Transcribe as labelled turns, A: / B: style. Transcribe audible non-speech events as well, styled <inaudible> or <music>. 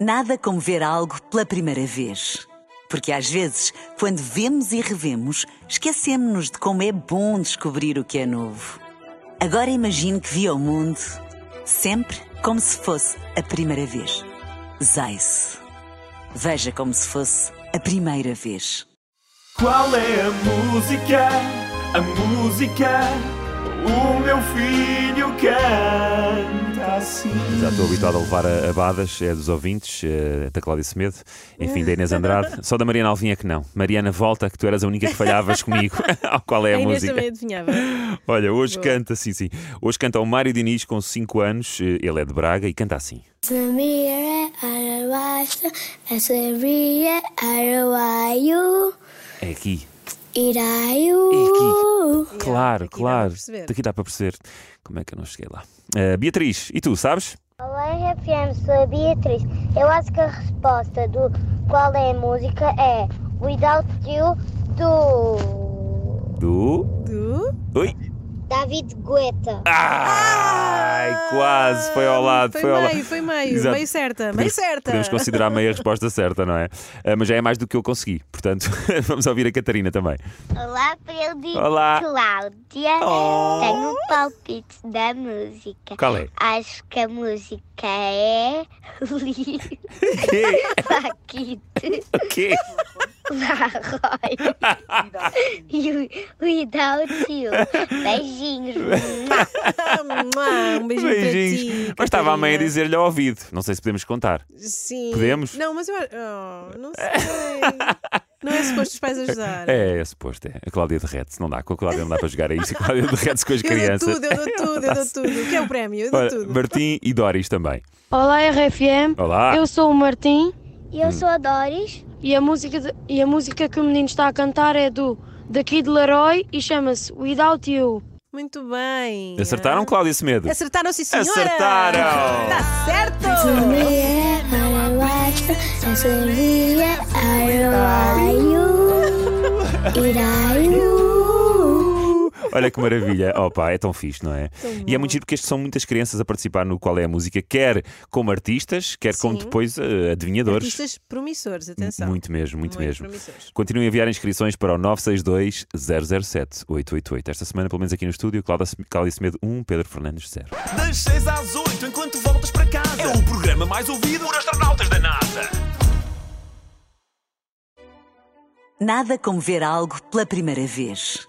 A: Nada como ver algo pela primeira vez. Porque às vezes, quando vemos e revemos, esquecemos-nos de como é bom descobrir o que é novo. Agora imagine que viu o mundo sempre como se fosse a primeira vez. Zais. Veja como se fosse a primeira vez.
B: Qual é a música? A música? O meu filho canta assim.
C: Já estou habituado a levar a- abadas, é dos ouvintes, eh, da Cláudia Semedo, enfim, da Inês
D: <laughs>
C: Andrade. Só da Mariana Alvinha que não. Mariana, volta, que tu eras a única que falhavas
D: <laughs>
C: comigo. <laughs> Ao qual é a
D: A Inês
C: música?
D: também adivinhava.
C: Olha, hoje
D: Boa.
C: canta, sim, sim. Hoje canta o Mário Diniz com 5 anos, eh, ele é de Braga e canta assim.
E: Samira é araguaia, a Samira é araguaio,
C: É aqui.
E: iraio.
C: Claro,
D: daqui dá para
C: claro.
D: perceber.
C: Daqui dá para perceber. Como é que eu não cheguei lá? Eh, Beatriz, e tu, sabes?
E: Olá, FM, sou a Beatriz. Eu acho que a resposta do qual é a música é Without You do
C: Do.
D: Do?
C: Oi!
E: David Guetta.
C: Ai, quase! Foi ao lado,
D: Ah! Foi,
C: foi, ao lado.
D: meio, foi meio,
C: Exato.
D: meio certa, meio
C: Podemos-
D: certa.
C: Podemos considerar meio a resposta certa, não é? Ah, mas já é mais do que eu consegui. Portanto, <laughs> vamos ouvir a Catarina também.
E: Olá, Pedro.
C: Olá.
E: Cláudia.
C: Oh.
E: Tenho um palpite da música.
C: Qual é?
E: Acho que a música
C: <laughs>
E: é Lila
C: Quê?
E: Kitty.
C: O quê?
E: Arroio. e o- o Without You. Beijinhos.
D: <laughs> Mua, um beijinho para ti.
C: Beijinhos. Mas estava a mãe a
D: Catarina.
C: dizer-lhe ao ouvido. Não sei se podemos contar.
D: Sim.
C: Podemos?
D: Não, mas eu acho.
C: <laughs>
D: Oh, não sei. não é suposto os pais ajudar.
C: É, é suposto, é. A Cláudia derrete-se. Não dá. Com a Cláudia não dá para jogar a isto. A Cláudia derrete-se com as
D: <laughs> Eu dou
C: crianças.
D: tudo,
C: <laughs>
D: eu dou tudo, eu dou tudo. O que é o prémio? Eu dou
C: Olha,
D: tudo.
C: Martim e Doris também.
F: Olá, RFM.
C: Olá.
F: Eu sou o Martim
E: Eu sou a Doris.
F: e a, música de- e a música que o menino está a cantar é do The Kid Laroi e chama-se Without You.
D: Muito bem.
C: Acertaram, Cláudia Semedo?
D: Ah, Acertaram, é. sim, senhora.
C: Acertaram.
D: Está certo.
C: Olha que maravilha. Opa, é tão fixe, não é? E é muito giro porque estes são muitas crianças a participar no Qual é a Música, quer como artistas, quer como
D: Sim.
C: depois eh, adivinhadores.
D: Artistas promissores, atenção.
C: Muito mesmo, muito, mesmo.
D: promissores.
C: Continuem a enviar inscrições para o 962 007 888. Esta semana, pelo menos aqui no estúdio, Cláudia Sem- Cláudia Semedo 1, Pedro Fernandes 0.
B: Das 6 às 8, enquanto voltas para casa. É o programa mais ouvido por astronautas da NASA.
A: Nada como ver algo pela primeira vez.